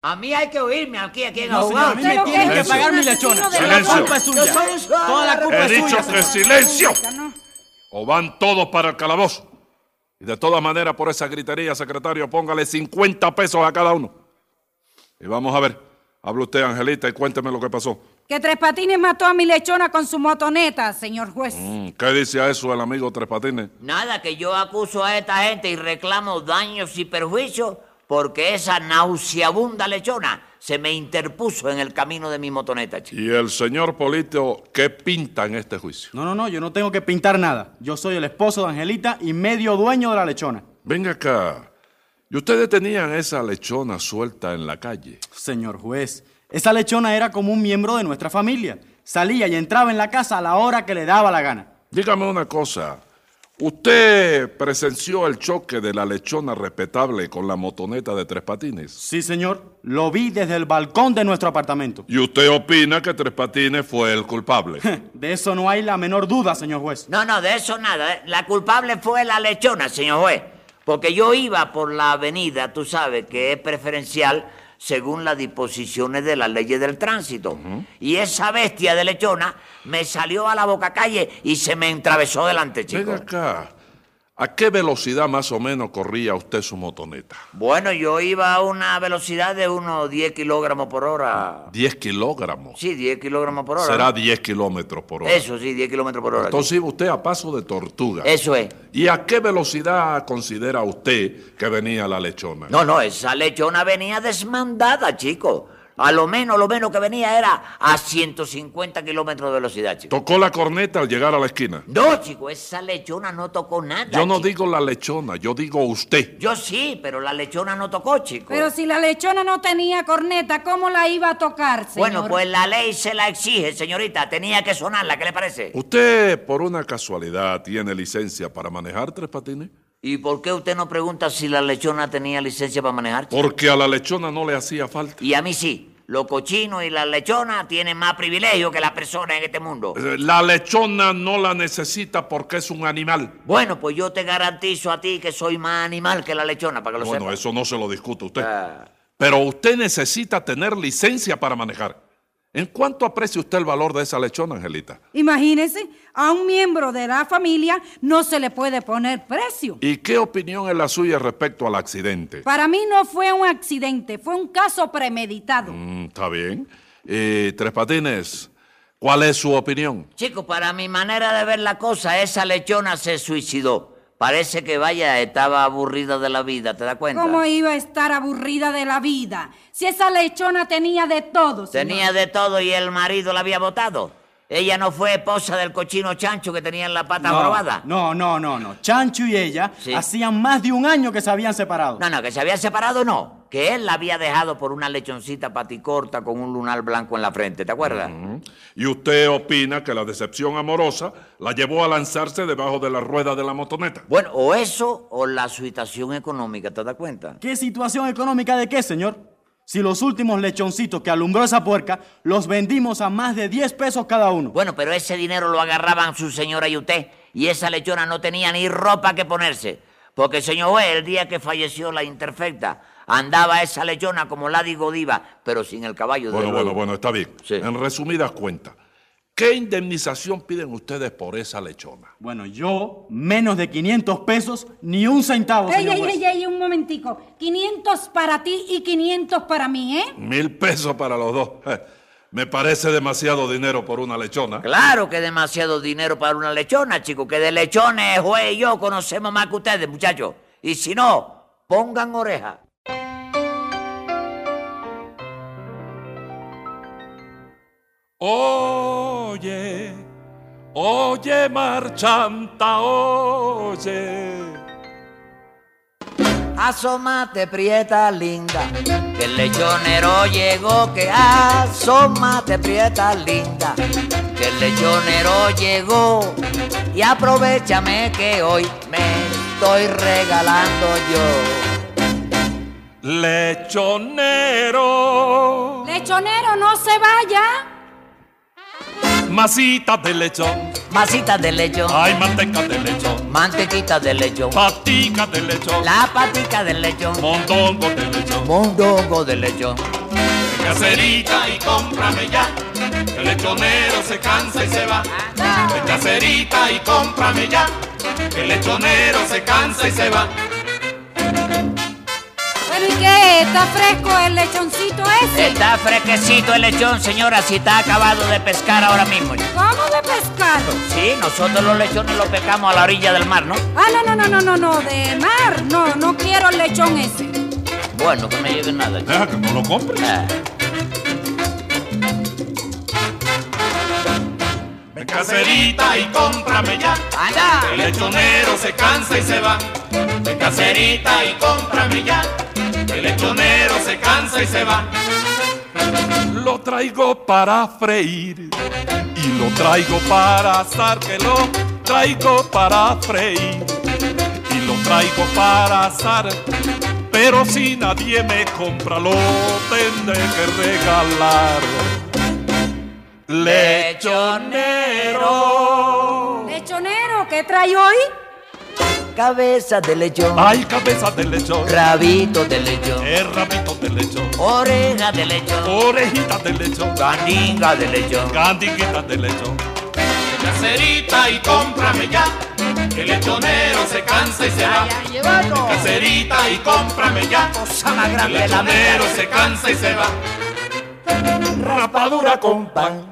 A mí hay que oírme aquí, aquí en No, señor, a abogado. mí me Pero tienen que que es pagar un mi asesino lechona. de Toda la la culpa paz. es suya. Yo soy un solo Toda la culpa He es dicho suya. que señor. silencio ¿no? o van todos para el calabozo. Y de todas maneras, por esa gritería, secretario, póngale 50 pesos a cada uno. Y vamos a ver. Habla usted, Angelita, y cuénteme lo que pasó. Que Tres Patines mató a mi lechona con su motoneta, señor juez. Mm, ¿Qué dice a eso el amigo Tres Patines? Nada, que yo acuso a esta gente y reclamo daños y perjuicios porque esa nauseabunda lechona se me interpuso en el camino de mi motoneta, chico. Y el señor Polito, ¿qué pinta en este juicio? No, no, no, yo no tengo que pintar nada. Yo soy el esposo de Angelita y medio dueño de la lechona. Venga acá. ¿Y ustedes tenían esa lechona suelta en la calle? Señor juez, esa lechona era como un miembro de nuestra familia. Salía y entraba en la casa a la hora que le daba la gana. Dígame una cosa. ¿Usted presenció el choque de la lechona respetable con la motoneta de Tres Patines? Sí, señor, lo vi desde el balcón de nuestro apartamento. ¿Y usted opina que Tres Patines fue el culpable? De eso no hay la menor duda, señor juez. No, no, de eso nada. eh. La culpable fue la lechona, señor juez. Porque yo iba por la avenida, tú sabes, que es preferencial según las disposiciones de las leyes del tránsito. Y esa bestia de lechona me salió a la boca calle y se me atravesó delante, Venga chico. acá. ¿A qué velocidad más o menos corría usted su motoneta? Bueno, yo iba a una velocidad de unos 10 kilogramos por hora. ¿10 kilogramos? Sí, 10 kilogramos por hora. Será ¿no? 10 kilómetros por hora. Eso, sí, 10 kilómetros por hora. Entonces iba usted a paso de tortuga. Eso es. ¿Y a qué velocidad considera usted que venía la lechona? No, no, esa lechona venía desmandada, chico. A lo menos, lo menos que venía era a 150 kilómetros de velocidad, chico. Tocó la corneta al llegar a la esquina. No, chico, esa lechona no tocó nada. Yo no chico. digo la lechona, yo digo usted. Yo sí, pero la lechona no tocó, chico. Pero si la lechona no tenía corneta, ¿cómo la iba a tocar, señor? Bueno, pues la ley se la exige, señorita. Tenía que sonarla, ¿qué le parece? ¿Usted, por una casualidad, tiene licencia para manejar tres patines? ¿Y por qué usted no pregunta si la lechona tenía licencia para manejar, chico? Porque a la lechona no le hacía falta. Y a mí sí. Los cochinos y la lechona tienen más privilegio que las personas en este mundo. Eh, La lechona no la necesita porque es un animal. Bueno, pues yo te garantizo a ti que soy más animal que la lechona, para que lo Bueno, sepas. eso no se lo discuto a usted. Ah. Pero usted necesita tener licencia para manejar. ¿En cuánto aprecia usted el valor de esa lechona, Angelita? Imagínese, a un miembro de la familia no se le puede poner precio. ¿Y qué opinión es la suya respecto al accidente? Para mí no fue un accidente, fue un caso premeditado. Mm, Está bien. Eh, Tres Patines, ¿cuál es su opinión? Chico, para mi manera de ver la cosa, esa lechona se suicidó. Parece que vaya, estaba aburrida de la vida, ¿te das cuenta? ¿Cómo iba a estar aburrida de la vida? Si esa lechona tenía de todo. señor. Tenía de todo y el marido la había votado. Ella no fue esposa del cochino chancho que tenía en la pata robada. no, no, no, no. Chancho y ella Sí. hacían más de un año que se habían separado. No, no, que se había separado, no. Que él la había dejado por una lechoncita paticorta con un lunar blanco en la frente, ¿te acuerdas? ¿Y usted opina que la decepción amorosa la llevó a lanzarse debajo de la rueda de la motoneta? Bueno, o eso o la situación económica, ¿te das cuenta? ¿Qué situación económica de qué, señor? Si los últimos lechoncitos que alumbró esa puerca los vendimos a más de 10 pesos cada uno. Bueno, pero ese dinero lo agarraban su señora y usted, y esa lechona no tenía ni ropa que ponerse. Porque, señor juez, el día que falleció la imperfecta, andaba esa lechona como ládigo diva, pero sin el caballo. desde Bueno, bueno, luego. bueno, está bien. Sí. En resumidas cuentas, ¿qué indemnización piden ustedes por esa lechona? Bueno, yo, menos de 500 pesos, ni un centavo, Ey, señor ey, juez. ey, ey, un momentico. 500 para ti y 500 para mí, ¿eh? Mil pesos para los dos. Eh, Me parece demasiado dinero por una lechona. Claro que demasiado dinero para una lechona, chico, que de lechones, juez y yo conocemos más que ustedes, muchachos. Y si no, pongan oreja. Oye, oye marchanta, oye. Asómate, prieta linda, que el lechonero llegó, que asómate, prieta linda, que el lechonero llegó y aprovechame que hoy me estoy regalando yo. Lechonero, Lechonero, no se vaya. masita de lechón, masita de lechón, Hay manteca de lechón, mantequita de lechón, patica de lechón, la patica de lechón, mondongo de lechón. mondongo de lechón. Caserita y cómprame ya, que el lechonero se cansa y se va. Ven caserita y cómprame ya, que el lechonero se cansa y se va. Bueno, ¿y qué? ¿Está fresco el lechoncito ese? Está fresquecito el lechón, señora, si está acabado de pescar ahora mismo. ¿Cómo de pescado? Sí, nosotros los lechones los pescamos a la orilla del mar, ¿no? Ah, no, no, no, no, no, no, de mar. No, no quiero el lechón ese. Bueno, que no lleve nada. chico. Deja que no lo compre. Ah. Ven caserita y cómprame ya, Anda. que el lechonero se cansa y se va. Ven caserita y cómprame ya, que el lechonero se cansa y se va. Lo traigo para freír y lo traigo para asar, que lo traigo para freír y lo traigo para asar. Pero si nadie me compra, lo tendré que regalar. Lechonero. Lechonero, ¿qué trae hoy? Cabeza de lechón, Hay cabeza de lechón, rabito de lechón, el rabito de lechón, oreja de lechón, Oh. orejita de lechón, caninga de lechón. candiquita de lechón. Caserita y cómprame ya, el lechonero se cansa y se va. Caserita y cómprame ya, Cosa más el grande la lechonero mesa. se cansa y se va. Rapadura con pan,